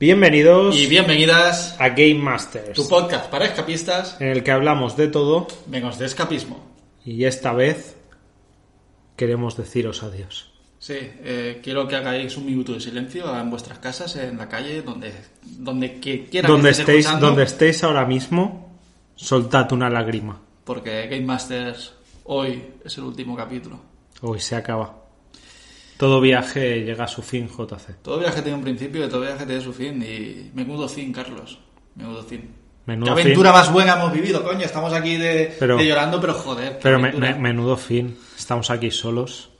Bienvenidos Y bienvenidas a Game tu Masters, podcast para escapistas, en el que hablamos de todo menos de escapismo. y esta vez queremos deciros adiós. Sí, eh, quiero que hagáis un minuto de silencio en vuestras casas, en la calle, donde, donde que quiera Donde que estés estéis, escuchando, donde estéis ahora mismo, soltad una lágrima. Porque Game Masters hoy es el último capítulo. Hoy se acaba. Todo viaje llega a su fin, JC. Todo viaje tiene un principio y todo viaje tiene su fin. Y menudo fin, Carlos. Menudo fin. Menudo qué aventura fin. más buena hemos vivido, coño. Estamos aquí de, Pero- de llorando, pero joder. qué Pero me- aventura. me- menudo fin. Estamos aquí solos.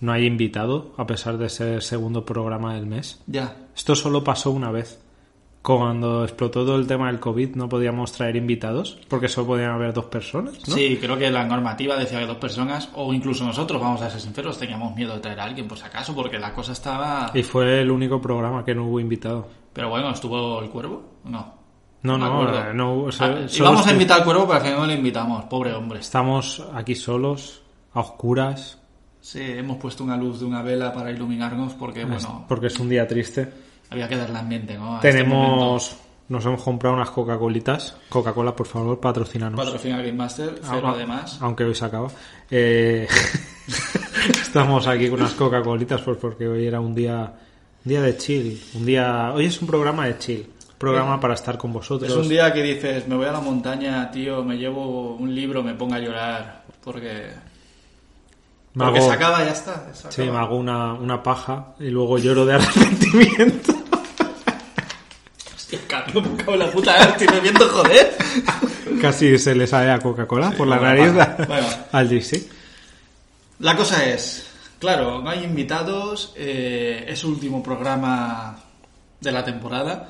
No hay invitado, a pesar de ser el segundo programa del mes. Ya. Esto solo pasó una vez. Cuando explotó todo el tema del COVID no podíamos traer invitados porque solo podían haber dos personas, ¿no? Sí, creo que la normativa decía que dos personas, o incluso nosotros, vamos a ser sinceros, teníamos miedo de traer a alguien por si acaso, porque la cosa estaba... Y fue el único programa que no hubo invitado. Pero bueno, ¿estuvo el cuervo? No. No, me no, acuerdo. eh, no, o sea, Ah, solo íbamos a estu- invitar al cuervo, pero al final no le invitamos, pobre hombre. Estamos aquí solos, a oscuras, Sí, hemos puesto una luz de una vela para iluminarnos porque, bueno, porque es un día triste. había que darle ambiente, ¿no? A este momento. Tenemos... nos hemos comprado unas Coca-Colitas. Coca-Cola, por favor, patrocínanos. Patrocina Game Master, cero Ahora- además. Aunque hoy se acaba. Eh, estamos aquí con unas Coca-Colitas pues porque hoy era un día, un día de chill. Un día, hoy es un programa de chill. Programa para estar con vosotros. Es un día que dices, me voy a la montaña, tío, me llevo un libro, me pongo a llorar, porque... Me Porque hago- se acaba, ya está. se sí, acaba. me hago una, una paja y luego lloro de arrepentimiento. Hostia, cabrón, me cago en la puta, ¿eh? estoy bebiendo, joder. Casi se le sale a Coca-Cola por la como la nariz paja. Bueno. al Dixie. La cosa es, claro, no hay invitados, eh, es el último programa de la temporada.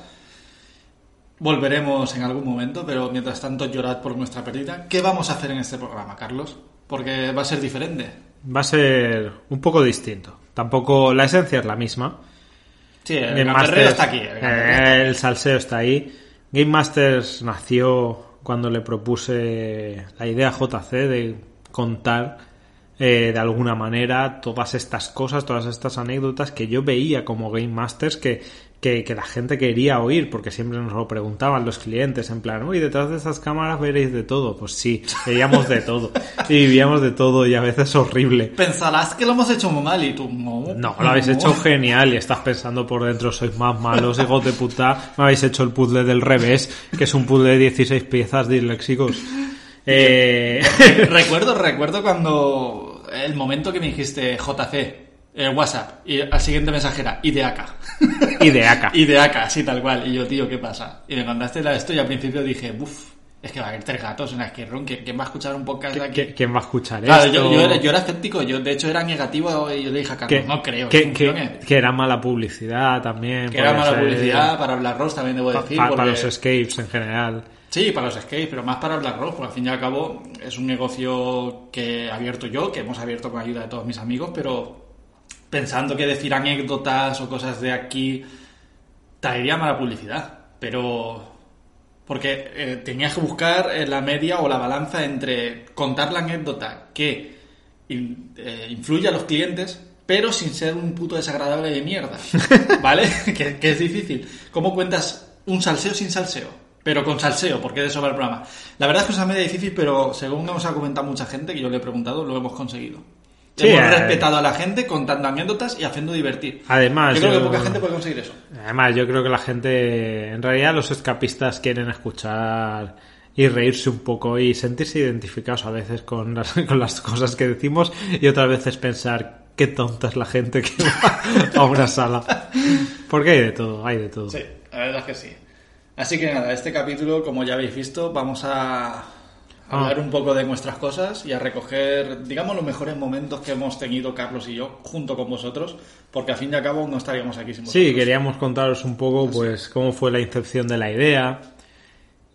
Volveremos en algún momento, pero mientras tanto llorad por nuestra pérdida. ¿Qué vamos a hacer en este programa, Carlos? Porque va a ser diferente. Va a ser un poco distinto. Tampoco la esencia es la misma. Sí, el Game gamberreo Masters, está aquí. el gamberreo. eh, el salseo está ahí. Game Masters nació cuando le propuse la idea a JC de contar eh, de alguna manera todas estas cosas, todas estas anécdotas que yo veía como Game Masters que, que, que la gente quería oír, porque siempre nos lo preguntaban los clientes, en plan, uy, detrás de esas cámaras veréis de todo. Pues sí, veíamos de todo. Y vivíamos de todo y a veces horrible. Pensarás que lo hemos hecho muy mal y tú no. No, lo habéis hecho genial y estás pensando por dentro, sois más malos, hijos de puta. Me habéis hecho el puzzle del revés, que es un puzzle de 16 piezas disléxicos. Eh, recuerdo, recuerdo cuando el momento que me dijiste JC, eh, WhatsApp, y al siguiente mensaje era IDEACA. y de acá. Y de acá, sí, tal cual. Y yo, tío, ¿qué pasa? Y me mandaste la esto y al principio dije, uff, es que va a haber tres gatos en Asquerrón, ¿quién, ¿quién va a escuchar un podcast de aquí? ¿Qui- ¿Quién va a escuchar Claro, esto? yo, yo era, yo era escéptico, yo de hecho era negativo y yo le dije a Carlos, Que- no creo que, que, que- funcione". que era mala publicidad también. eh. Que era podía mala ser. publicidad para Black Rose, también debo Pa- decir. pa- para porque- los escapes en general. Sí, para los skates, pero más para Black Rose, porque al fin y al cabo es un negocio que he abierto yo, que hemos abierto con ayuda de todos mis amigos, pero pensando que decir anécdotas o cosas de aquí traería mala publicidad, pero porque eh, tenías que buscar eh, la media o la balanza entre contar la anécdota que in- eh, influye a los clientes, pero sin ser un puto desagradable de mierda, ¿vale? que, que es difícil. ¿Cómo cuentas un salseo sin salseo? Pero con salseo, porque de eso va el programa. La verdad es que es una media difícil, pero según nos ha comentado mucha gente, que yo le he preguntado, lo hemos conseguido. Sí, hemos eh. respetado a la gente contando anécdotas y haciendo divertir. Además, yo creo yo- que poca gente puede conseguir eso. Además, yo creo que la gente, en realidad los escapistas quieren escuchar y reírse un poco y sentirse identificados a veces con las, con las cosas que decimos y otras veces pensar qué tonta es la gente que va a una sala. Porque hay de todo, hay de todo. Sí, Ah. la verdad es que sí. Así que nada, este capítulo, como ya habéis visto, vamos a, a hablar un poco de nuestras cosas y a recoger, digamos, los mejores momentos que hemos tenido Carlos y yo junto con vosotros, porque a fin de cabo no estaríamos aquí sin vosotros. Sí, queríamos contaros un poco pues cómo fue la incepción de la idea,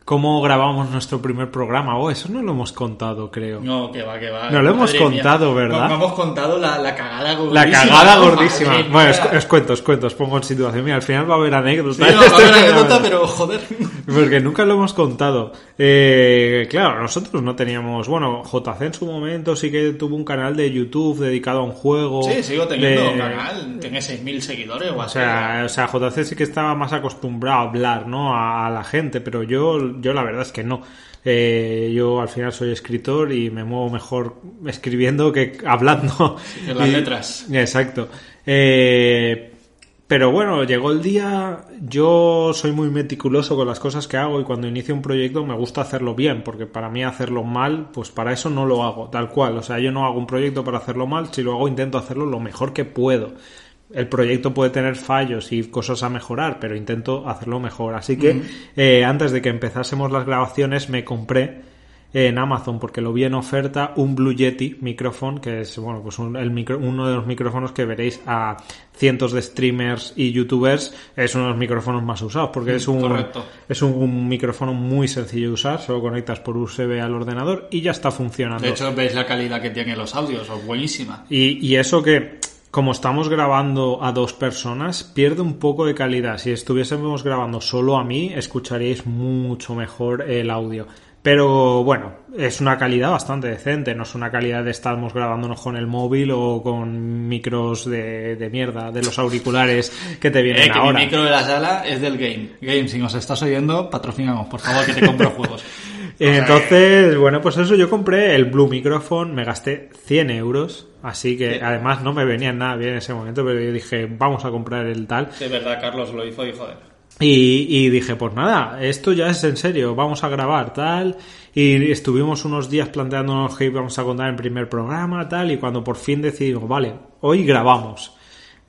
cómo grabamos nuestro primer programa. Oh, eso no lo hemos contado, creo. No, que va, que va. No lo hemos Madre mía. contado, ¿verdad? No, no hemos contado la, la cagada gordísima. La cagada gordísima. Madre Bueno, mía. os, os cuento, os cuento, os pongo en situación. Mira, al final va a haber anécdotas. Sí, no, va a haber anécdota, pero joder. Porque nunca lo hemos contado. Eh, claro, nosotros no teníamos. Bueno, JC en su momento sí que tuvo un canal de YouTube dedicado a un juego. Sí, sigo teniendo Oh, de- un canal, tiene 6.000 seguidores o O así. sea, o sea, JC sí que estaba más acostumbrado a hablar, ¿no? A, a la gente, pero yo, yo la verdad es que no. Eh, yo al final soy escritor y me muevo mejor escribiendo que hablando. que las Y- letras. Exacto. Eh, pero bueno, llegó el día. Yo soy muy meticuloso con las cosas que hago y cuando inicio un proyecto me gusta hacerlo bien, porque para mí hacerlo mal, pues para eso no lo hago, tal cual. O sea, yo no hago un proyecto para hacerlo mal, si lo hago intento hacerlo lo mejor que puedo. El proyecto puede tener fallos y cosas a mejorar, pero intento hacerlo mejor. Así que eh, antes de que empezásemos las grabaciones me compré en Amazon porque lo vi en oferta un Blue Yeti micrófono que es bueno pues un- el micro- uno de los micrófonos que veréis a cientos de streamers y youtubers es uno de los micrófonos más usados porque es un Mm, correcto. es un, un micrófono muy sencillo de usar solo conectas por USB al ordenador y ya está funcionando De hecho, veis la calidad que tienen los audios, es buenísima. y, y eso que, como estamos grabando a dos personas, pierde un poco de calidad. Si estuviésemos grabando solo a mí, escucharíais mucho mejor el audio. Pero bueno, es una calidad bastante decente, no es una calidad de estamos grabándonos con el móvil o con micros de, de mierda, de los auriculares que te vienen Eh, que ahora. mi micro de la sala es del Game. Game, si nos estás oyendo, patrocinamos, por favor, que te compro juegos. Eh, Entonces, bueno, pues eso, yo compré el Blue Microphone, me gasté 100 euros, así que Sí. además no me venía nada bien en ese momento, pero yo dije, vamos a comprar el tal. De verdad, Carlos lo hizo y joder. Y, y dije, pues nada, esto ya es en serio, vamos a grabar tal. Y estuvimos unos días planteándonos que íbamos a contar en primer programa tal. Y cuando por fin decidimos, vale, hoy grabamos.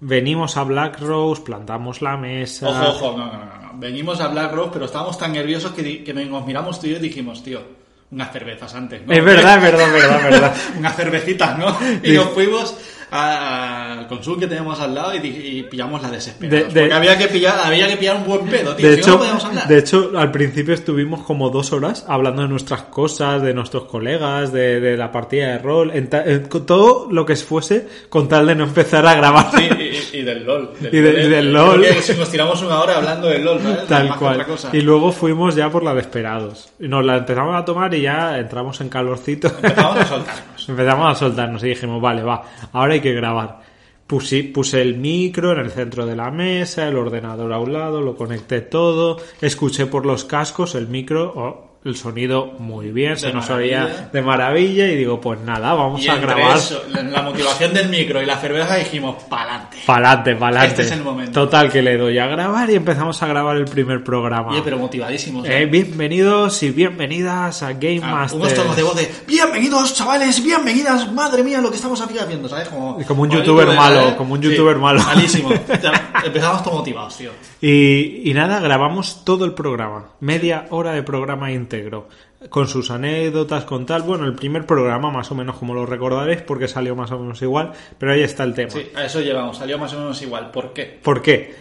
Venimos a Black Rose, plantamos la mesa. Ojo, ojo, no, no, no, no. Venimos a Black Rock, pero estábamos tan nerviosos que, di- que nos miramos tú y yo y dijimos, tío, unas cervezas antes, ¿no? Es verdad, es verdad, es verdad, es verdad. unas cervecitas, ¿no? Y Sí. nos fuimos a- al consul que teníamos al lado y, di- y pillamos la desesperada. De- de- Porque había que, pillar, había que pillar un buen pedo, tío. De si no, hecho, no podíamos hablar. de hecho, al principio estuvimos como dos horas hablando de nuestras cosas, de nuestros colegas, de, de la partida de rol, en ta- en todo lo que fuese con tal de no empezar a grabar. Sí, y, y- y del LOL. eh. Y de- y del creo LOL. que si nos tiramos una hora hablando del LOL, ¿no? Más Tal que cual. otra cosa. Y luego fuimos ya por la de esperados. Y Nos la empezamos a tomar y ya entramos en calorcito. Empezamos a soltarnos. empezamos a soltarnos y dijimos, vale, va, ahora hay que grabar. Puse, puse el micro en el centro de la mesa, el ordenador a un lado, lo conecté todo, escuché por los cascos el micro, oh, el sonido muy bien, se De nos maravilla. oía de maravilla y digo, pues nada, vamos Y a entre grabar. eso, la, la motivación del micro y la cerveza dijimos, pa'lante. Pa'lante, pa'lante. Este es el momento. Total, que le doy a grabar y empezamos a grabar el primer programa. Oye, pero motivadísimos. ¿eh? Eh, bienvenidos y bienvenidas a Game Ah, Master. unos tonos de voz de bienvenidos chavales, bienvenidas, madre mía, lo que estamos aquí haciendo, ¿sabes? Como, Como un youtuber malo, como un youtuber malo. ¿eh? Malísimo. Ya, Empezamos todo motivados, tío. Y, y nada, grabamos todo el programa, media hora de programa íntegro, con sus anécdotas, con tal. Bueno, el primer programa, más o menos como lo recordaréis, porque salió más o menos igual, pero ahí está el tema. Sí, a eso llevamos, salió más o menos igual. ¿Por qué? ¿Por qué?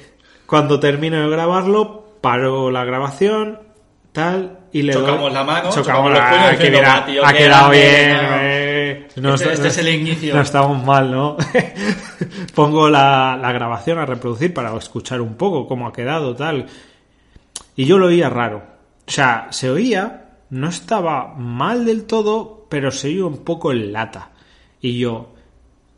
Cuando termino de grabarlo, paro la grabación, tal, y le Chocamos doy- la mano, chocamos chocamos la los puños, mano, diciendo, "Va, tío, ha qué quedado grande, bien. claro". eh. Este- este es el inicio. No estamos mal, ¿no? Pongo la, la grabación a reproducir para escuchar un poco cómo ha quedado, tal. Y yo lo oía raro. O sea, se oía, no estaba mal del todo, pero se oía un poco en lata. Y yo,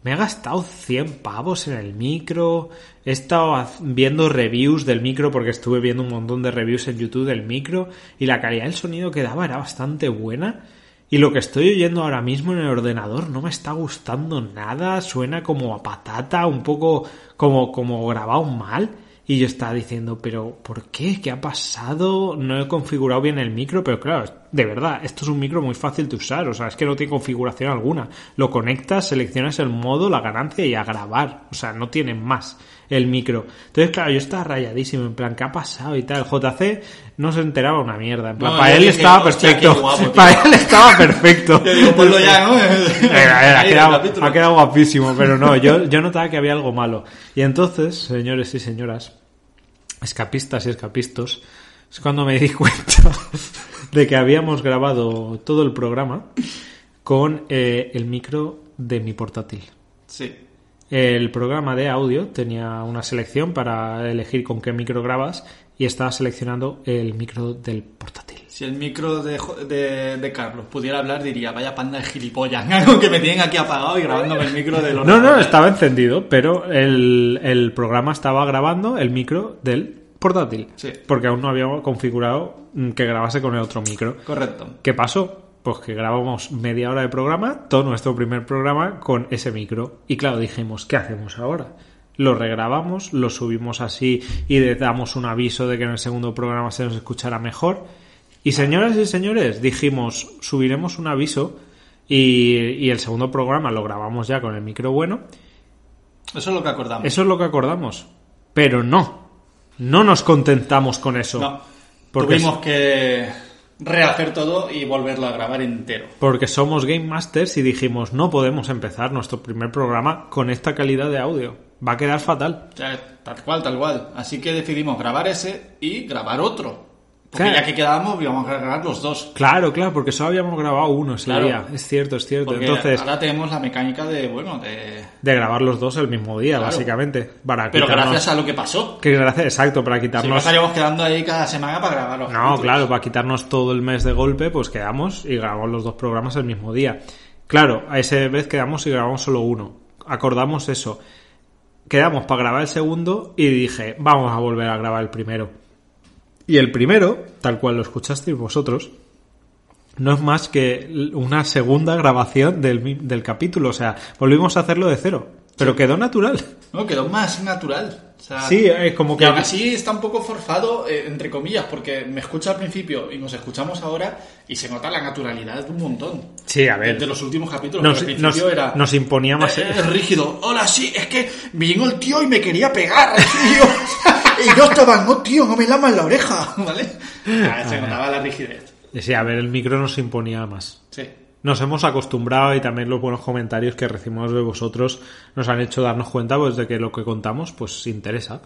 me he gastado 100 pavos en el micro, he estado haz- viendo reviews del micro porque estuve viendo un montón de reviews en YouTube del micro y la calidad del sonido que daba era bastante buena. Y lo que estoy oyendo ahora mismo en el ordenador no me está gustando nada, suena como a patata, un poco como, como grabado mal. Y yo estaba diciendo, pero ¿por qué? ¿Qué ha pasado? No he configurado bien el micro, pero claro, de verdad, esto es un micro muy fácil de usar, o sea, es que no tiene configuración alguna. Lo conectas, seleccionas el modo, la ganancia y a grabar, o sea, no tiene más. el micro. Entonces, claro, yo estaba rayadísimo, en plan, ¿qué ha pasado y tal? JC no se enteraba una mierda, en plan, No, para yo él dije, estaba hostia, qué perfecto. guapo, tío. para él estaba perfecto. Yo digo, ponlo ya, ¿no? Era, era, ha, Ahí, el quedado, capítulo. ha quedado guapísimo, pero no, yo, yo notaba que había algo malo. Y entonces, señores y señoras, escapistas y escapistos, es cuando me di cuenta de que habíamos grabado todo el programa con eh, el micro de mi portátil. Sí. El programa de audio tenía una selección para elegir con qué micro grabas y estaba seleccionando el micro del portátil. Si el micro de, Jo- de, de Carlos pudiera hablar, diría, vaya panda de gilipollas, algo que me tienen aquí apagado y grabándome el micro de los... No, no, estaba encendido, pero el, el programa estaba grabando el micro del portátil. Sí. Porque aún no habíamos configurado mm, que grabase con el otro micro. Correcto. ¿Qué pasó? Pues que grabamos media hora de programa, todo nuestro primer programa con ese micro. Y claro, dijimos, ¿qué hacemos ahora? Lo regrabamos, lo subimos así y le damos un aviso de que en el segundo programa se nos escuchará mejor. Y señoras y señores, dijimos, subiremos un aviso y, y el segundo programa lo grabamos ya con el micro bueno. Eso es lo que acordamos. Eso es lo que acordamos. Pero no, no nos contentamos con eso. No. Porque Tuvimos que rehacer todo y volverlo a grabar entero. Porque somos Game Masters y dijimos, no podemos empezar nuestro primer programa con esta calidad de audio. Va a quedar fatal. O sea, tal cual, tal cual. Así que decidimos grabar ese y grabar otro. Porque Claro. ya que quedábamos, íbamos a grabar los dos. Claro, claro, porque solo habíamos grabado uno ese Claro. día. Es cierto, es cierto. Porque Entonces, ahora tenemos la mecánica de, bueno, de... de grabar los dos el mismo día, Claro. básicamente. Para Pero quitarnos- gracias a lo que pasó. Que gracias, exacto, para Si no quitarnos... estaríamos quedando ahí cada semana para grabar los No, capítulos. claro, para quitarnos todo el mes de golpe, pues quedamos y grabamos los dos programas el mismo día. Claro, a esa vez quedamos y grabamos solo uno. Acordamos eso. Quedamos para grabar el segundo y dije, vamos a volver a grabar el primero. Y el primero, tal cual lo escuchasteis vosotros, no es más que l- una segunda grabación del, mi- del capítulo. O sea, volvimos a hacerlo de cero. Pero quedó natural. No, quedó más natural. O sea, Sí, es como que- Y aún así está un poco forzado, eh, entre comillas, porque me escucha al principio y nos escuchamos ahora y se nota la naturalidad un montón. Sí, a De, de los últimos capítulos, Nos, pero al nos- principio era... nos imponía más... e-, eh, eh, rígido. Hola, sí, es que vino el tío y me quería pegar, tío. y yo estaba, no, tío, no me lamas la oreja, ¿vale? Ah, se notaba la rigidez. Sí, a ver, el micro nos imponía más. Sí. Nos hemos acostumbrado y también los buenos comentarios que recibimos de vosotros nos han hecho darnos cuenta pues, de que lo que contamos pues interesa.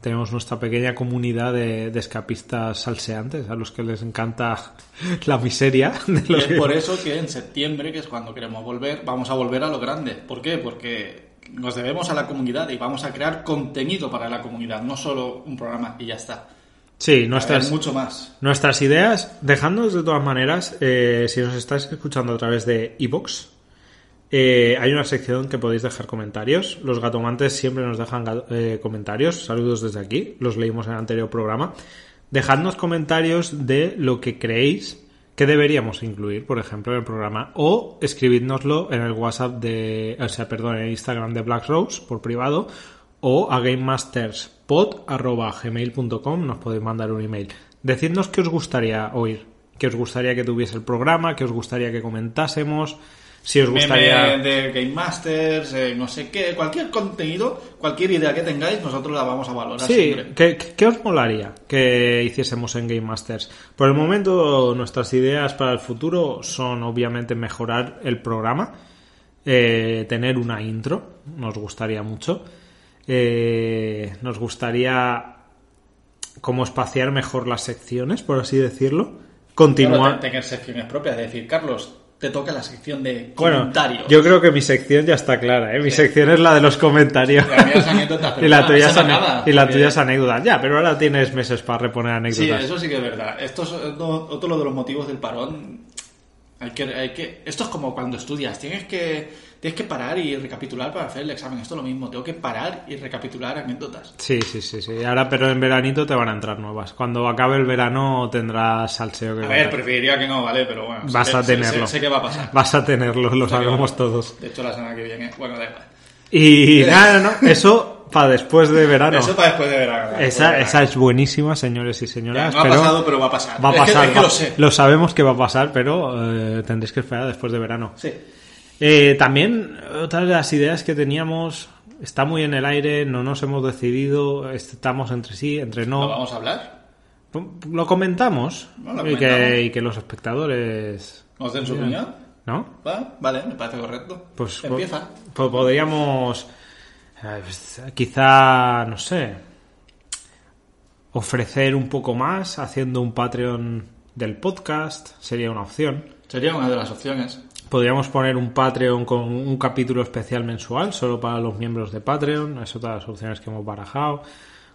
Tenemos nuestra pequeña comunidad de, de escapistas salseantes a los que les encanta la miseria. De Y los es por eso que en septiembre, que es cuando queremos volver, vamos a volver a lo grande. ¿Por qué? Porque nos debemos a la comunidad y vamos a crear contenido para la comunidad, no solo un programa y ya está. Sí, Va a haber nuestras, mucho más. Nuestras ideas, dejándonos de todas maneras, eh, si nos estáis escuchando a través de iBox, Eh, hay una sección que podéis dejar comentarios. Los gatomantes siempre nos dejan gato- eh, comentarios. Saludos desde aquí, los leímos en el anterior programa. Dejadnos comentarios de lo que creéis que deberíamos incluir, por ejemplo, en el programa, o escribidnoslo en el WhatsApp de, o sea, perdón, en el Instagram de Black Rose por privado, o a gamemasterspod.gmail.com nos podéis mandar un email. Decidnos qué os gustaría oír, qué os gustaría que tuviese el programa, qué os gustaría que comentásemos, si os gustaría... Meme de Game Masters, eh, no sé qué, cualquier contenido, cualquier idea que tengáis, nosotros la vamos a valorar Sí, siempre. ¿qué, qué- qué os molaría que hiciésemos en Game Masters? Por el momento, nuestras ideas para el futuro son obviamente mejorar el programa, eh, tener una intro, nos gustaría mucho. eh, nos gustaría como espaciar mejor las secciones, por así decirlo. Continuar. Claro, te- tener secciones propias, es decir, Carlos, te toca la sección de Bueno, comentarios. yo creo que mi sección ya está clara, ¿eh? Mi sección es la de los comentarios. La mía es anécdotas, pero y la no, tuya esa es no ane- acaba, y la porque- tuya es anécdotas. Ya, pero ahora tienes meses para reponer Sí, anécdotas. eso sí que es verdad. Esto es otro otro de los motivos del parón. Hay que, hay que, esto es como cuando estudias, tienes que, tienes que parar y recapitular para hacer el examen. Esto es lo mismo, tengo que parar y recapitular anécdotas. Sí, sí, sí, sí. Ahora, pero en veranito te van a entrar nuevas. Cuando acabe el verano tendrás salseo que A ver, contar. preferiría que no, ¿vale? Pero bueno, sé Vas que- a sé- tenerlo. Sé, sé que va a pasar. Vas a tenerlo, lo Sé que va a sabemos pasar. todos. De hecho, la semana que viene, bueno, da igual. Y nada, no, no, eso para después de verano. Eso para después de verano. para después de Esa, verano. esa es buenísima, señores y Ya, señoras. no ha pero pasado, pero va a pasar. va a Es que- pasar. es que va- lo sé. sabemos que va a pasar, pero eh, tendréis que esperar después de verano. Sí. Eh, también, otra de las ideas que teníamos, está muy en el aire, no nos hemos decidido, estamos entre sí, entre ¿Lo no. vamos a hablar? Lo comentamos, No, lo y, comentamos. que, y que los espectadores... ¿Nos den su opinión? ¿No? Va, Vale, me parece correcto. Pues, Empieza. po- pues podríamos, eh, pues, quizá, no sé, ofrecer un poco más haciendo un Patreon del podcast, sería una opción. Sería una de las opciones. Podríamos poner un Patreon con un capítulo especial mensual solo para los miembros de Patreon, es otra de las opciones que hemos barajado.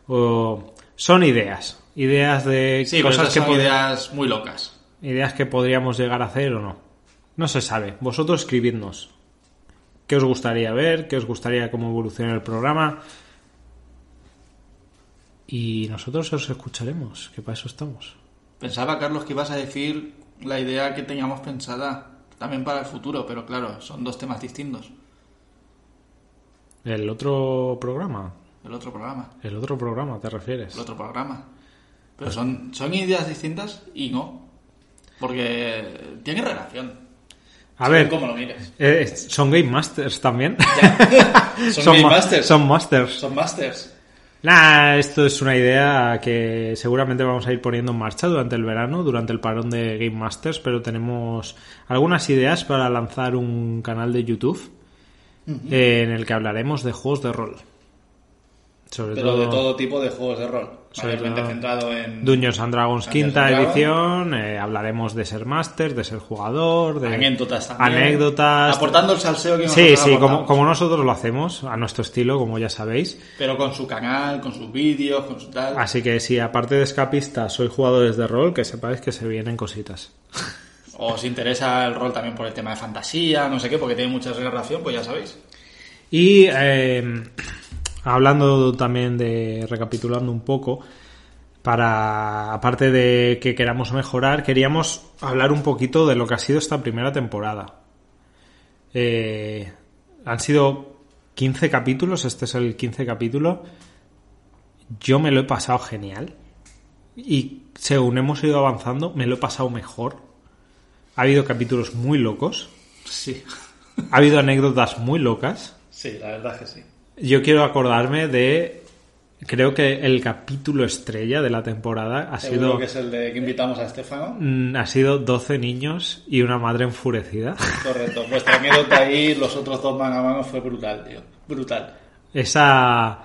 O- son ideas, ideas de Sí, pero cosas esas que son pod- ideas muy locas. ideas que podríamos llegar a hacer o no. No se sabe. Vosotros escribidnos. ¿Qué os gustaría ver? ¿Qué os gustaría cómo evolucione el programa? Y nosotros os escucharemos, que para eso estamos. Pensaba, Carlos, que ibas a decir la idea que teníamos pensada también para el futuro, pero claro, son dos temas distintos. El otro programa, El otro programa, el otro programa, ¿te refieres? el otro programa. Pero son, son ideas distintas y no. Porque tienen relación. A ver, Como lo mires. eh, son Game Masters también. Son, Son Game ma- Masters. Son... Son Masters. Masters. Nah, esto es una idea que seguramente vamos a ir poniendo en marcha durante el verano, durante el parón de Game Masters, pero tenemos algunas ideas para lanzar un canal de YouTube eh, en el que hablaremos de juegos de rol. Sobre Pero de todo tipo de juegos de rol. Sobre Mayormente todo- centrado en Dungeons and Dragons Dungeons quinta and Dragons. edición, eh, hablaremos de ser máster, de ser jugador, de anécdotas también. anécdotas. Aportando el salseo que Sí, nosotros sí, como, aportamos. como nosotros lo hacemos, a nuestro estilo, como ya sabéis. Pero con su canal, con sus vídeos, con su tal. Así que si aparte de escapistas sois jugadores de rol, que sepáis que se vienen cositas. O os interesa el rol también por el tema de fantasía, no sé qué, porque tiene mucha relación, pues ya sabéis. Y eh, hablando también de, recapitulando un poco, para, aparte de que queramos mejorar, queríamos hablar un poquito de lo que ha sido esta primera temporada. Eh, han sido 15 capítulos, este es el 15 capítulo. Yo me lo he pasado genial. Y según hemos ido avanzando, me lo he pasado mejor. Ha habido capítulos muy locos. Sí, Ha habido anécdotas muy locas. sí, la verdad es que sí. Yo quiero acordarme de. Creo que el capítulo estrella de la temporada ha sido. es el de que invitamos a Estefano. mm, Ha sido 12 niños y una madre enfurecida. Correcto, vuestra anécdota ahí, los otros dos mano a mano, fue brutal, tío. Brutal. Esa.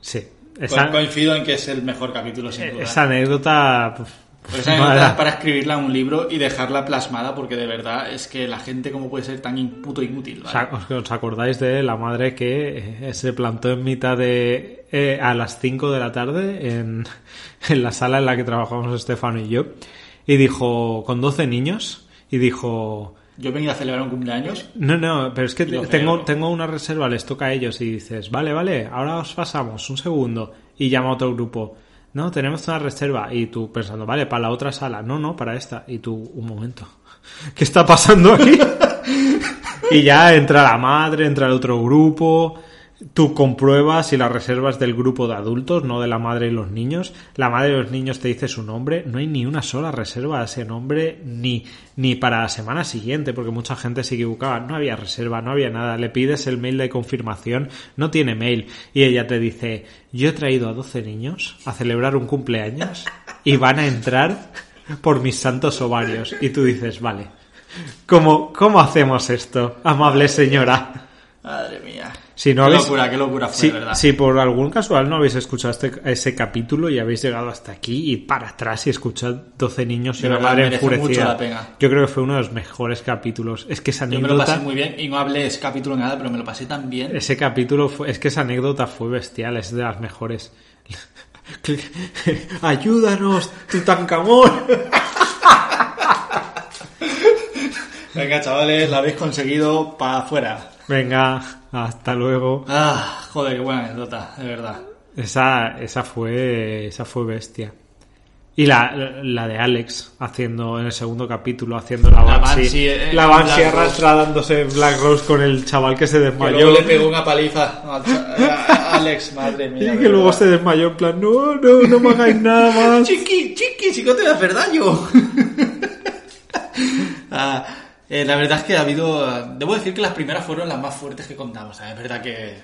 Sí. Esa, Eh, Co- Coincido en que es el mejor capítulo, sin duda. esa anécdota. pf, Pero esa anécdota mala. es para escribirla en un libro y dejarla plasmada, porque de verdad es que la gente, ¿cómo puede ser tan in- puto inútil? O ¿vale? sea, ¿Os os acordáis de la madre que eh, se plantó en mitad de... eh, a las 5 de la tarde en, en la sala en la que trabajamos Estefano y yo? Y dijo, con 12 niños, y dijo, Yo venía a celebrar un cumpleaños. No, no, pero es que Lo tengo, celebro. tengo una reserva, les toca a ellos y dices, vale, vale, ahora os pasamos un segundo y llama a otro grupo. No, tenemos una reserva y tú pensando, vale, para la otra sala, no, no, para esta. Y tú, un momento, ¿qué está pasando aquí? y ya entra la madre, entra el otro grupo, tú compruebas si la reserva es del grupo de adultos, no de la madre y los niños. La madre y los niños te dice su nombre, no hay ni una sola reserva a ese nombre, ni, ni para la semana siguiente, porque mucha gente se equivocaba, no había reserva, no había nada, le pides el mail de confirmación, no tiene mail, y ella te dice, yo he traído a 12 niños a celebrar un cumpleaños y van a entrar por mis santos ovarios, y tú dices, vale. ¿Cómo, ¿Cómo hacemos esto, amable señora? Madre mía. Si no qué habéis- locura, qué locura fue, Si, de verdad. si por algún casual no habéis escuchado este- ese capítulo y habéis llegado hasta aquí y para atrás y escuchad 12 niños y De una verdad, madre merece mucho enfurecida. la pena. Yo creo que fue uno de los mejores capítulos. Es que esa Yo me lo pasé anécdota, muy bien y no hablé de ese capítulo ni nada, pero me lo pasé tan bien. ese capítulo fue, es que esa anécdota fue bestial, es de las mejores. Ayúdanos, Tutankamón. Venga, chavales, la habéis conseguido para afuera. Venga, hasta luego. Ah, joder, qué buena anécdota, de verdad. Esa, esa fue. Esa fue bestia. Y la, la de Alex haciendo en el segundo capítulo, haciendo la La Banshee. Banshee, eh, la en Banshee Black arrastra dándose en Black Rose con el chaval que se Que desmayó. luego le pegó una paliza al cha- eh, a Alex, madre mía. Y de que luego verdad. se desmayó en plan, no, no, no me hagáis nada más. Chiqui, chiqui, si no te das verdad yo. Ah, eh, la verdad es que ha habido... Debo decir que las primeras fueron las más fuertes que contamos. ¿sabes? Es verdad que,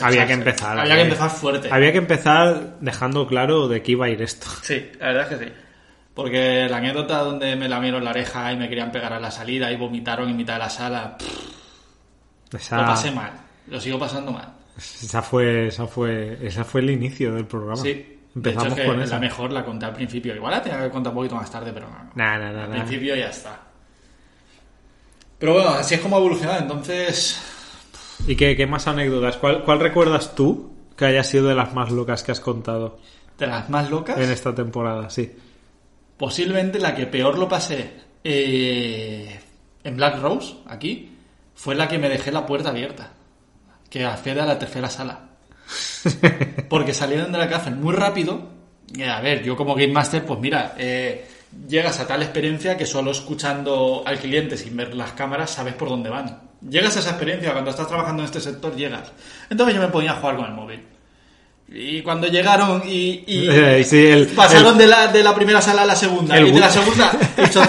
Había que empezar. Había que empezar fuerte. Había que empezar dejando claro de qué iba a ir esto. Sí, la verdad es que sí. Porque la anécdota donde me lamieron la oreja y me querían pegar a la salida y vomitaron en mitad de la sala, pff, Esa, lo pasé mal. Lo sigo pasando mal. esa fue, esa fue, esa fue el inicio del programa. Sí. De hecho, Empezamos es que con la esa. mejor la conté al principio. Igual la tenía que contar un poquito más tarde, pero no. no. Nah, nah, nah, Al nah. principio ya está. Pero bueno, así es como ha evolucionado. Entonces, ¿Y qué, qué más anécdotas? ¿Cuál, ¿Cuál recuerdas tú que haya sido de las más locas que has contado de las más locas, en esta temporada? Sí. posiblemente la que peor lo pasé eh, en Black Rose, aquí, fue la que me dejé la puerta abierta. Que accede a la tercera sala. Porque salieron de la cárcel muy rápido. Eh, a ver, yo como Game Master, pues mira, eh, llegas a tal experiencia que solo escuchando al cliente sin ver las cámaras sabes por dónde van. Llegas a esa experiencia, cuando estás trabajando en este sector llegas. Entonces yo me ponía a jugar con el móvil. Y cuando llegaron y, y- Eh, sí, el- pasaron de, la, de la primera sala a la segunda el y de bu- la segunda... y yo,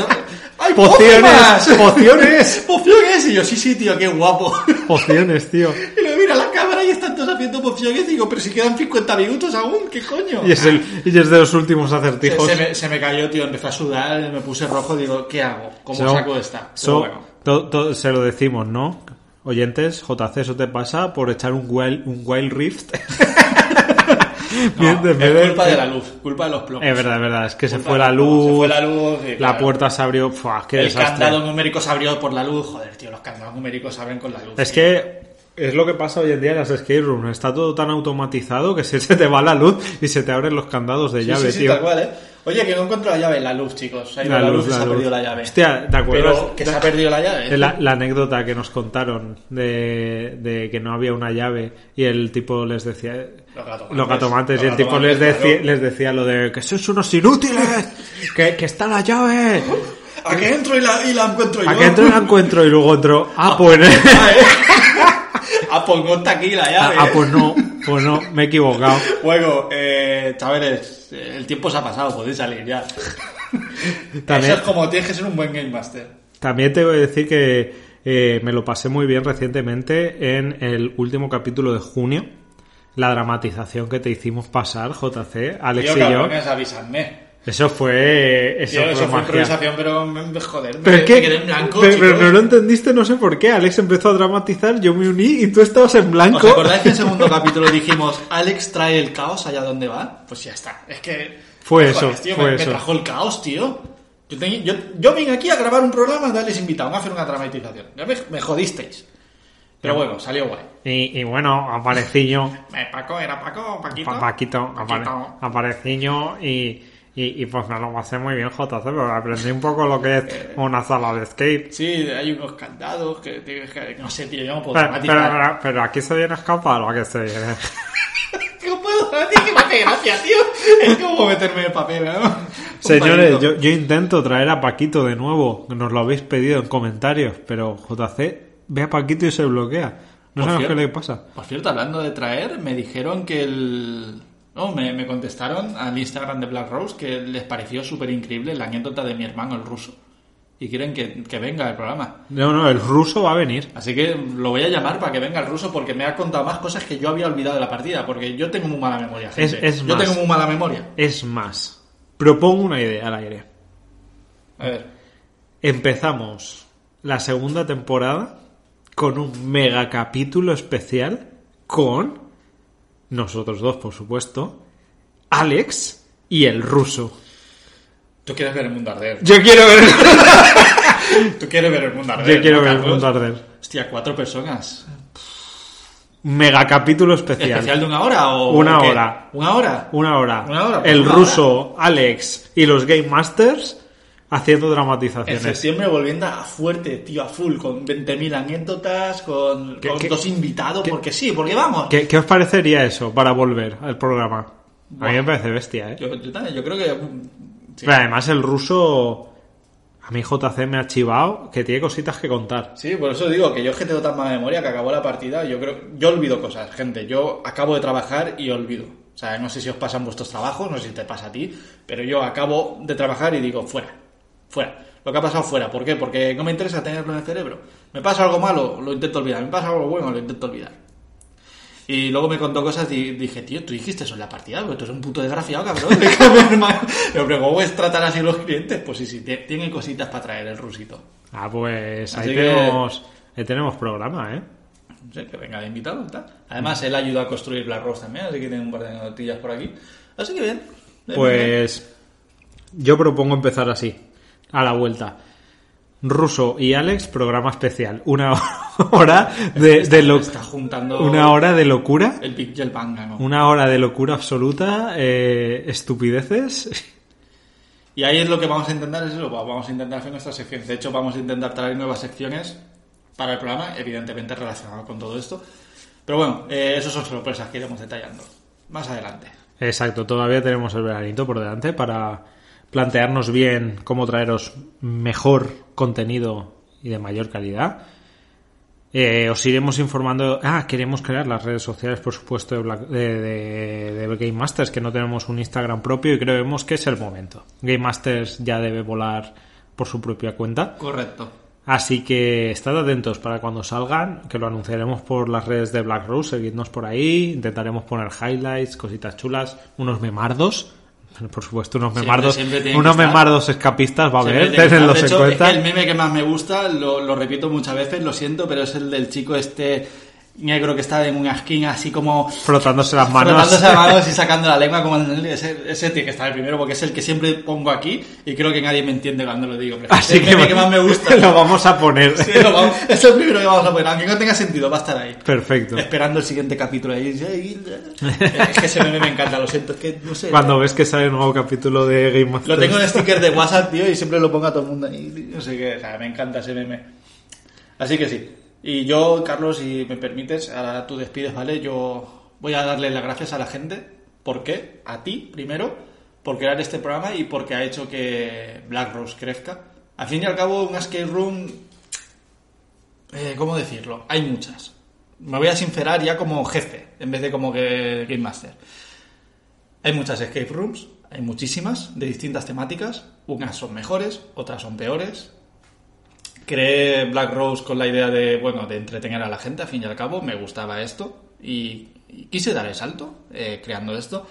¡Ay, ¡Pociones! Pokémon! ¡Pociones! ¡Pociones! Y yo, sí, sí, tío, qué guapo. ¡Pociones, tío! Y lo mira a la cámara y están todos haciendo pociones. Y digo, pero si quedan 50 minutos aún, ¿qué coño? Y es, el, y es de los últimos se, acertijos. se me, se me cayó, tío, empecé a sudar, me puse rojo, digo, ¿qué hago? ¿Cómo So- saco esta? Pero so- bueno. to- to- se lo decimos, ¿no? Oyentes, JC, eso te pasa por echar un wild, un wild rift. No, Bien, de vez es en- culpa de la luz, culpa de los plomos. Es verdad, es verdad. Es que se Culpa fue de la los plomos, luz. Se fue la luz. y la claro, puerta se abrió. Fua, qué El desastre. candado numérico se abrió por la luz. Joder, tío, los candados numéricos se abren con la luz. Es tío. que es lo que pasa hoy en día en las skate rooms. Está todo tan automatizado que se, se te va la luz y se te abren los candados de Sí, llave, sí, sí, tío. tal cual, ¿eh? Oye, que no encuentro la llave, la luz, chicos. Se ha ido la, luz, y se ha perdido la llave. Hostia, ¿te acuerdas? Pero que se ha perdido la llave. Eh, La, la anécdota que nos contaron de, de que no había una llave y el tipo les decía... Los gatomates. Los gatomates. Y el Los tipo les gatomates, decía, claro. les decía lo de que sois unos inútiles, que, que está la llave, ¿A qué entro y la, y la encuentro yo? a que entro la encuentro y luego entro... Ah, pues, Ah, ¿eh? ah, pues no está aquí la llave. ah, pues no, pues no, me he equivocado. Bueno, eh, chavales, eh, el tiempo se ha pasado, podéis salir ya. También- Eso es como tienes que ser un buen Game Master. También te voy a decir que eh, me lo pasé muy bien recientemente en el último capítulo de junio. La dramatización que te hicimos pasar, JC, Alex Tío, y yo. cabrones, avisadme. Eso fue. Eso Tío, fue, eso fue magia. improvisación, pero me- joder, me, Pero es que. me quedé en blanco. pero, chicos. pero no lo entendiste, no sé por qué. Alex empezó a dramatizar, yo me uní y tú estabas en ¿Os blanco. acordáis que en el segundo capítulo dijimos Alex trae el caos allá donde va? Pues ya está. Es que. Fue joder, eso, tío, fue me, me eso. trajo el caos, tío. Yo, tenía- yo, yo vine aquí a grabar un programa de Alex invitado, a hacer una dramatización. Ya me, me jodisteis. Pero bueno, salió guay. y, y bueno, aparecí yo. Eh, Paco, era Paco, Paquito. Pa- Paquito, ah, Paquito. apare- apareciño y, y, y pues me lo pasé muy bien, JC, pero aprendí un poco lo que es una sala de skate. Sí, hay unos candados que tienes que. No sé, tío, yo no puedo Pero, dramatizar. pero, pero- pero aquí se viene a escapar o a que se viene. No puedo dramatizar, me hace gracia, tío. Es como meterme en el papel, ¿no? Un Señores, palito. yo, yo intento traer a Paquito de nuevo. Nos lo habéis pedido en comentarios, pero JC ve a Paquito y se bloquea. No Por sabemos qué cierto. le pasa. Por cierto, hablando de traer, me dijeron que el... No, me, me contestaron al Instagram de Black Rose que les pareció súper increíble la anécdota de mi hermano, el ruso. Y quieren que, que venga el programa. No, no, el ruso va a venir. Así que lo voy a llamar para que venga el ruso porque me ha contado más cosas que yo había olvidado de la partida. Porque yo tengo muy mala memoria, gente. Es- es yo más. tengo muy mala memoria. Es más, propongo una idea al aire. A ver. Empezamos la segunda temporada con un mega capítulo especial con nosotros dos, por supuesto, Alex y el ruso. Tú quieres ver el mundo arder. Yo quiero ver, Tú quieres ver pues. el mundo arder. yo quiero ¿no, ver el Carlos? mundo arder. Hostia, cuatro personas. Mega capítulo especial. ¿Especial de una hora o...? Una o qué? hora. ¿Una hora? Una hora. Una hora, pues el una ruso, Alex y los Game Masters haciendo En dramatizaciones. septiembre volviendo a fuerte, tío, a full, con 20.000 anécdotas, con, ¿Qué- con qué- dos invitados, qué- porque sí, porque vamos. ¿Qué, qué os parecería eso para volver al programa? A mí me Buah. parece bestia, ¿eh? Yo, yo también, yo creo que... mm, sí. Pero además el ruso... A mí JC me ha chivado que tiene cositas que contar. Sí, por eso digo que yo es que tengo tan mala memoria que acabó la partida, yo creo... Yo olvido cosas, gente. Yo acabo de trabajar y olvido. O sea, no sé si os pasan vuestros trabajos, no sé si te pasa a ti, pero yo acabo de trabajar y digo, fuera, fuera. Lo que ha pasado fuera, ¿por qué? Porque no me interesa tenerlo en el cerebro. Me pasa algo malo, lo intento olvidar. Me pasa algo bueno, lo intento olvidar. Y luego me contó cosas y dije, tío, tú dijiste eso en la partida, porque tú eres un puto desgraciado, cabrón. déjame, hermano. Pero, pero, ¿cómo es tratar así los clientes? Pues sí, sí, te- tienen cositas para traer el rusito. Ah, pues Así ahí que- tenemos, ahí tenemos programa, ¿eh? No sé, que venga de invitado y tal. Además, él ayuda a construir Black Rose también, así que tiene un par de notillas por aquí. Así que bien. Eh, Pues yo propongo empezar así, a la vuelta. Ruso y Alex, programa especial. Una hora de, de lo- Está juntando una hora de locura, el Big y el Banga, ¿no? una hora de locura absoluta, eh, estupideces. Y ahí es lo que vamos a intentar, es eso, pues vamos a intentar hacer nuestras secciones. De hecho, vamos a intentar traer nuevas secciones para el programa, evidentemente relacionado con todo esto. Pero bueno, eh, eso son sorpresas que iremos detallando. Más adelante. Exacto, todavía tenemos el veranito por delante para plantearnos bien cómo traeros mejor contenido y de mayor calidad. Eh, os iremos informando. Ah, queremos crear las redes sociales, por supuesto, de, Black- de- de- de Game Masters, que no tenemos un Instagram propio y creemos que es el momento. Game Masters ya debe volar por su propia cuenta. Correcto. Así que estad atentos para cuando salgan, que lo anunciaremos por las redes de Black Rose, seguidnos por ahí, intentaremos poner highlights, cositas chulas, unos memardos, por supuesto, unos Siempre, memardos, siempre tienen unos que estar. memardos escapistas va a Siempre haber, tiene que estar. tenedlos de en hecho, cuenta. es que el meme que más me gusta, lo, lo repito muchas veces, lo siento, pero es el del chico este negro que está en una esquina así como Frotándose las manos. frotándose las manos y sacando la lengua como el- ese, ese tiene que estar el primero porque es el que siempre pongo aquí y creo que nadie me entiende cuando lo digo. Pero es Así el que, meme que más me gusta. lo vamos a poner. Sí, lo vamos- es el primero que vamos a poner, aunque no tenga sentido, va a estar ahí. Perfecto. Esperando el siguiente capítulo ahí. eh, Es que ese meme me encanta, lo siento, es que no sé. Cuando ves que sale un nuevo capítulo de Game Masters. Lo tengo en sticker de WhatsApp, tío, y siempre lo pongo a todo el mundo ahí. No sé qué, o sea, me encanta ese meme. Así que sí. Y yo, Carlos, si me permites, ahora tú despides, ¿vale? Yo voy a darle las gracias a la gente. ¿Por qué? A ti, primero, por crear este programa y porque ha hecho que Black Rose crezca. Al fin y al cabo, un escape room eh, ¿Cómo decirlo? Hay muchas. Me voy a sincerar ya como jefe, en vez de como que Game Master. Hay muchas escape rooms, hay muchísimas, de distintas temáticas. Unas son mejores, otras son peores. Creé Black Rose con la idea de, bueno, de entretener a la gente, al fin y al cabo. Me gustaba esto y, y quise dar el salto eh, creando esto.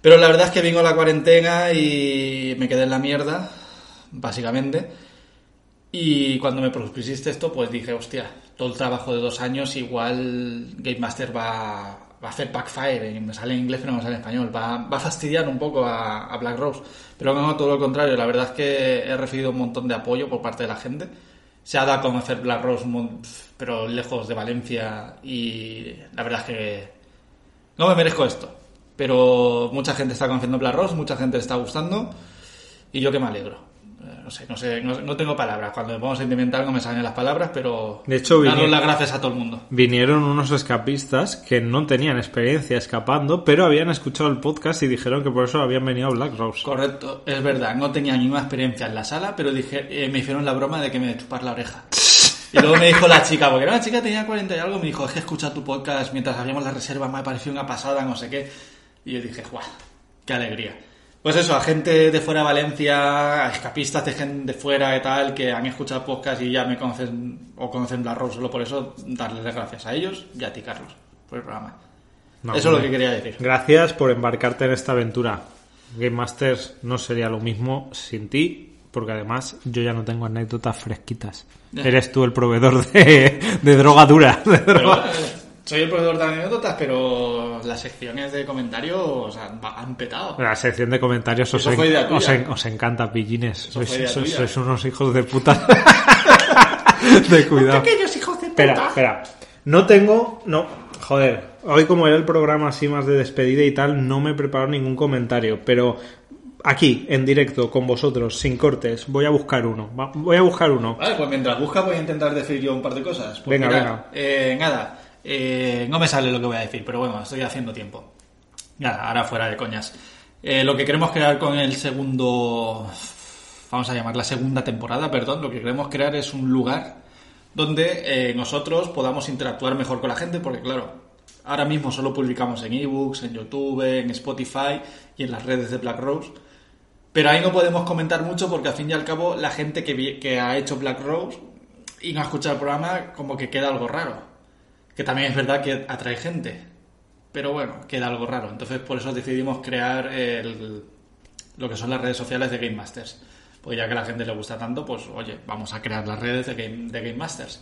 Pero la verdad es que vino la cuarentena y me quedé en la mierda, básicamente. Y cuando me propusiste esto, pues dije, hostia, todo el trabajo de dos años, igual Game Master va, va a hacer backfire, y me sale en inglés pero no me sale en español, va, va a fastidiar un poco a, a Black Rose. Pero no, todo lo contrario, la verdad es que he recibido un montón de apoyo por parte de la gente. Se ha dado a conocer Black Rose, un mon- pero lejos de Valencia, y la verdad es que no me merezco esto. Pero mucha gente está conociendo Black Rose, mucha gente le está gustando. Y yo que me alegro. Eh, No sé, no sé, no, no tengo palabras. Cuando me pongo sentimental no me salen las palabras, pero De hecho, daros Viñe- las gracias a todo el mundo. vinieron unos escapistas que no tenían experiencia escapando, pero habían escuchado el podcast y dijeron que por eso habían venido a Black Rose. Correcto, es verdad, no tenía ninguna experiencia en la sala, pero dije, eh, me hicieron la broma de que me chupar la oreja. Y luego me dijo la chica, porque era una chica que tenía 40 y algo, me dijo, es que escucha tu podcast mientras hacíamos la reserva, me ha parecido una pasada, no sé qué. Y yo dije, guau, qué alegría. Pues eso, a gente de fuera de Valencia, a escapistas de gente de fuera y tal, que han escuchado el podcast y ya me conocen o conocen Black Rose, solo por eso darles las gracias a ellos y a ti, Carlos, por el programa. No, eso es lo hombre. que quería decir. Gracias por embarcarte en esta aventura. Game Masters no sería lo mismo sin ti, porque además yo ya no tengo anécdotas fresquitas. Ya. Eres tú el proveedor de, de droga dura. de Pero, droga. eh, soy el proveedor de anécdotas, pero las secciones de comentarios han, han petado. La sección de comentarios os, Eso fue idea tuya. os os encanta, pillines. fue Sois, idea sois- tuya. sois unos hijos de puta. de cuidado. Pequeños hijos de puta. Espera, espera. No tengo. No, joder. Hoy, como era el programa así más de despedida y tal, no me preparo ningún comentario. Pero aquí, en directo, con vosotros, sin cortes, voy a buscar uno. Va- Voy a buscar uno. Vale, pues mientras buscas voy a intentar decir yo un par de cosas. Pues Venga, mirad, venga. eh, nada, eh, no me sale lo que voy a decir, pero bueno, estoy haciendo tiempo. Nada, ahora fuera de coñas. Eh, lo que queremos crear con el segundo... Vamos a llamar la segunda temporada, perdón. Lo que queremos crear es un lugar donde eh, nosotros podamos interactuar mejor con la gente, porque claro, ahora mismo solo publicamos en ebooks, en YouTube, en Spotify y en las redes de Black Rose. Pero ahí no podemos comentar mucho porque al fin y al cabo la gente que, vi- que ha hecho Black Rose y no ha escuchado el programa como que queda algo raro. Que también es verdad que atrae gente. Pero bueno, queda algo raro. Entonces por eso decidimos crear el- lo que son las redes sociales de Game Masters. Pues ya que a la gente le gusta tanto, pues oye, vamos a crear las redes de Game, de Game Masters.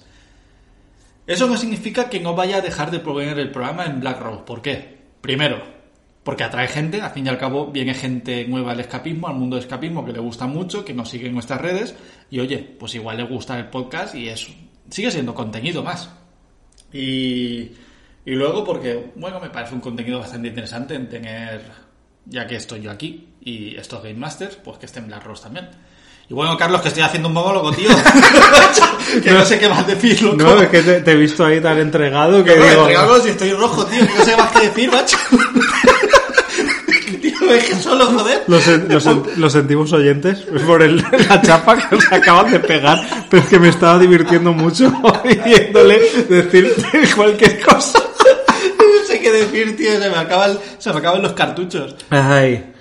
Eso no significa que no vaya a dejar de poner el programa en Black Rock. ¿Por qué? Primero, porque atrae gente, al fin y al cabo viene gente nueva al escapismo, al mundo del escapismo, que le gusta mucho, que nos sigue en nuestras redes, y oye, pues igual le gusta el podcast y eso sigue siendo contenido más. Y, y luego porque, bueno, me parece un contenido bastante interesante en tener, ya que estoy yo aquí y estos Game Masters, pues que estén Black Rose también. Y bueno, Carlos, que estoy haciendo un monólogo, tío. que no sé qué más decir, loco. No, es que te, te he visto ahí tan entregado que No, digo. entre algo, si estoy rojo, tío, que no sé más qué decir, macho. tío, es que solo, joder. Lo, sen- lo sen- lo sentimos oyentes por el- la chapa que nos acaban de pegar, pero es que me estaba divirtiendo mucho oyéndole decir cualquier cosa. No sé qué decir, tío, se me, acaban, se me acaban los cartuchos. Ay,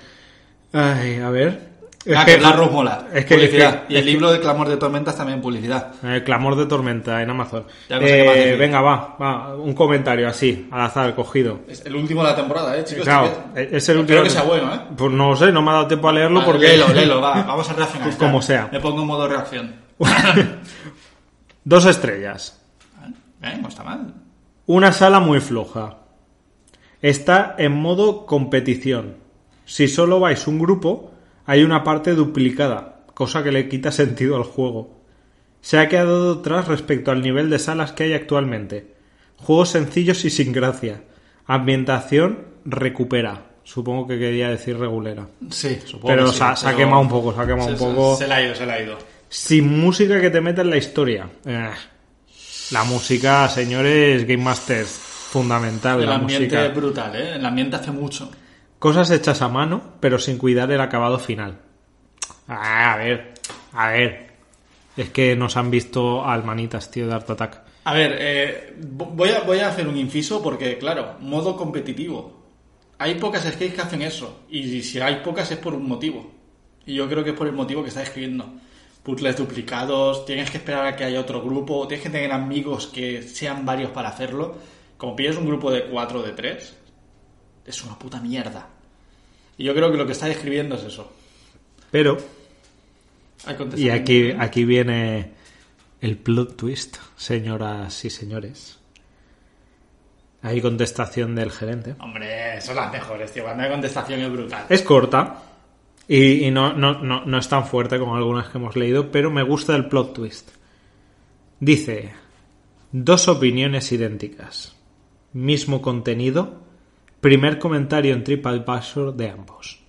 ay, a ver. Es ah, que la Ross mola. Es que, publicidad. es y el libro de Clamor de Tormentas también publicidad. que- el clamor de tormenta en Amazon. Ya no sé qué más Eh, decir. venga, va, va, un comentario así, al azar, cogido. Es el último de la temporada, eh, chicos. Claro, Estoy- es el último. Espero que sea bueno, eh. Pues no sé, no me ha dado tiempo a leerlo Vale, porque. Léelo, léelo, va, vamos a reaccionar. Pues como ya. sea. Me pongo en modo reacción. Dos estrellas. Eh, no está mal. Una sala muy floja. Está en modo competición. Si solo vais un grupo, hay una parte duplicada, cosa que le quita sentido al juego. Se ha quedado atrás respecto al nivel de salas que hay actualmente. Juegos sencillos y sin gracia. Ambientación recupera. Supongo que quería decir regulera. Sí, supongo. Pero que sí, se ha- se ha quemado un poco, se ha quemado un poco. Se, la ha ido, se la ha ido. Sin música que te meta en la historia. Eh, La música, señores, Game Masters, fundamental. El la ambiente música. es brutal, eh. El ambiente hace mucho. Cosas hechas a mano, pero sin cuidar el acabado final. Ah, a ver, a ver. Es que nos han visto al manitas, tío, de Art Attack. A ver, eh, vo- voy, a, voy a hacer un inciso porque, claro, modo competitivo. Hay pocas skate que hacen eso. Y si hay pocas es por un motivo. Y yo creo que es por el motivo que está escribiendo. Puzzles duplicados, tienes que esperar a que haya otro grupo, tienes que tener amigos que sean varios para hacerlo. Como pillas un grupo de cuatro o de tres, es una puta mierda. Y yo creo que lo que está describiendo es eso. Pero, Hay y contestación. aquí, aquí viene el plot twist, señoras y señores. Hay contestación del gerente. Hombre, son las mejores, tío. Cuando hay contestación es brutal. Es corta y, y no, no- no- no es tan fuerte como algunas que hemos leído, pero me gusta el plot twist. Dice, dos opiniones idénticas, mismo contenido, primer comentario en TripAdvisor de ambos.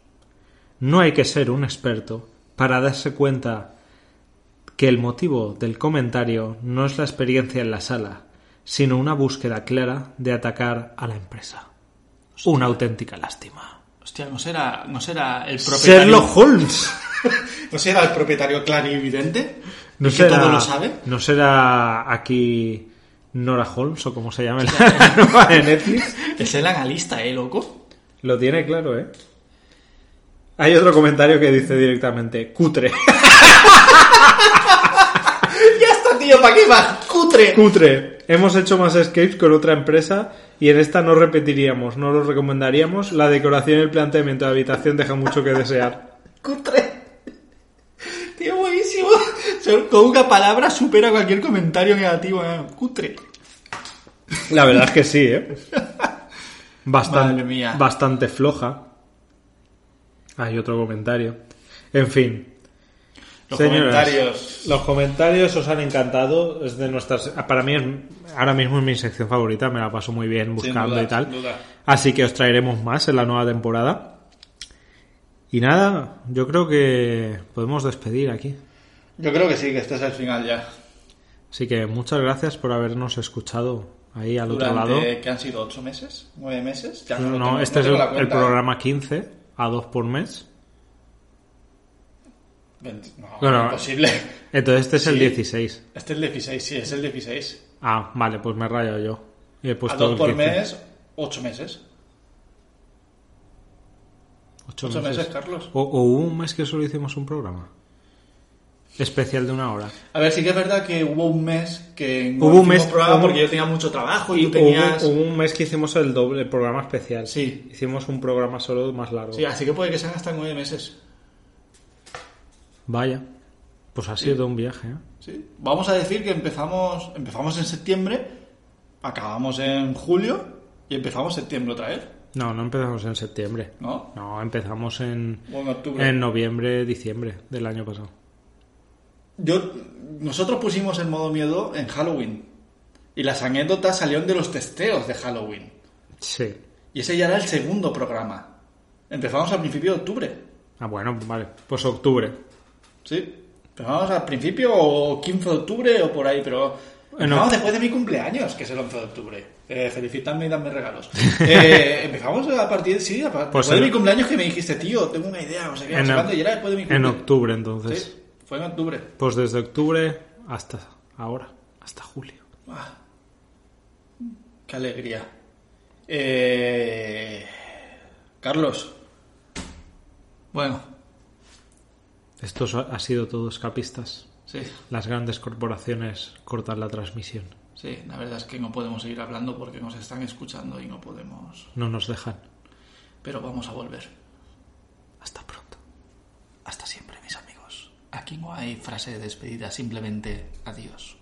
No hay que ser un experto para darse cuenta que el motivo del comentario no es la experiencia en la sala, sino una búsqueda clara de atacar a la empresa. Una auténtica lástima. Hostia, no será, no será el propietario. Sherlock Holmes. ¿No será el propietario clarividente? No ¿Y que todo lo sabe? ¿No será aquí Nora Holmes o como se llame la nueva de Netflix? Es el analista, ¿eh, loco? Lo tiene claro, ¿eh? Hay otro comentario que dice directamente, cutre, ¡Ya está, tío! ¿Para qué vas? ¡Cutre! cutre. Hemos hecho más escapes con otra empresa y en esta no repetiríamos, no lo recomendaríamos. La decoración y el planteamiento de habitación deja mucho que desear. ¡Cutre! Tío, buenísimo. Solo Con una palabra supera cualquier comentario negativo. ¿eh? ¡Cutre! La verdad es que sí, ¿eh? Bastan- Madre mía. Bastante floja. Hay otro comentario. En fin, Los Señoras, comentarios. Los comentarios os han encantado. Es de nuestras. Para mí, es- ahora mismo es mi sección favorita. Me la paso muy bien buscando duda, y tal. sin duda. Así que os traeremos más en la nueva temporada. Y nada, yo creo que podemos despedir aquí. Yo creo que sí, que este es el final ya. Así que muchas gracias por habernos escuchado ahí al otro lado. Durante, que han sido? ¿Ocho meses? ¿Nueve meses? Ya No, lo no, tengo- este es tengo el, la el cuenta. eh. programa 15, a dos por mes. Veinte- No, Bueno, imposible. Entonces este es el Sí. 16. Este es el 16, sí, es el 16. Ah, vale, pues me he rayado yo. Y he a puesto dos Pues el por 15. mes, ocho meses. Ocho ocho meses. meses, Carlos. O, o hubo un mes que solo hicimos un programa. especial de una hora. A ver, sí que es verdad que hubo un mes que no Hubo un hicimos mes- programa hubo- porque yo tenía mucho trabajo y tú Hubo- tenías... Hubo, un mes que hicimos el doble el programa especial. Sí. Hicimos un programa solo más largo. Sí, así que puede que sean hasta nueve meses. Vaya. Pues ha sido un viaje, ¿eh? Sí. Vamos a decir que empezamos, empezamos en septiembre, acabamos en julio y empezamos septiembre otra vez, No, no empezamos en septiembre. ¿no? No, empezamos en, O en octubre. en noviembre, diciembre del año pasado. Yo, nosotros pusimos el modo miedo en Halloween y las anécdotas salieron de los testeos de Halloween. Sí. Y ese ya era el segundo programa. Empezamos al principio de octubre, Ah, bueno, vale. Pues octubre. ¿sí? Empezamos al principio o 15 de octubre o por ahí, pero... Eh, no. Empezamos después de mi cumpleaños, que es el 11 de octubre. Eh, felicitadme y dadme regalos. Eh, empezamos a partir, sí, a par- Pues después en- de mi cumpleaños que me dijiste, tío, tengo una idea, no sé qué, no En sé o- cuándo", y era después de mi En cumpleaños. octubre, entonces. Sí, fue en octubre. Pues desde octubre hasta ahora, hasta julio. Ah, qué alegría. Eh, Carlos. Bueno, Esto so- ha sido todo escapistas. sí, Las grandes corporaciones cortan la transmisión. sí, la verdad es que no podemos seguir hablando porque nos están escuchando y no podemos. No nos dejan. Pero vamos a volver. Hasta pronto. Hasta siempre, mis amigos. Aquí no hay frase de despedida, simplemente adiós.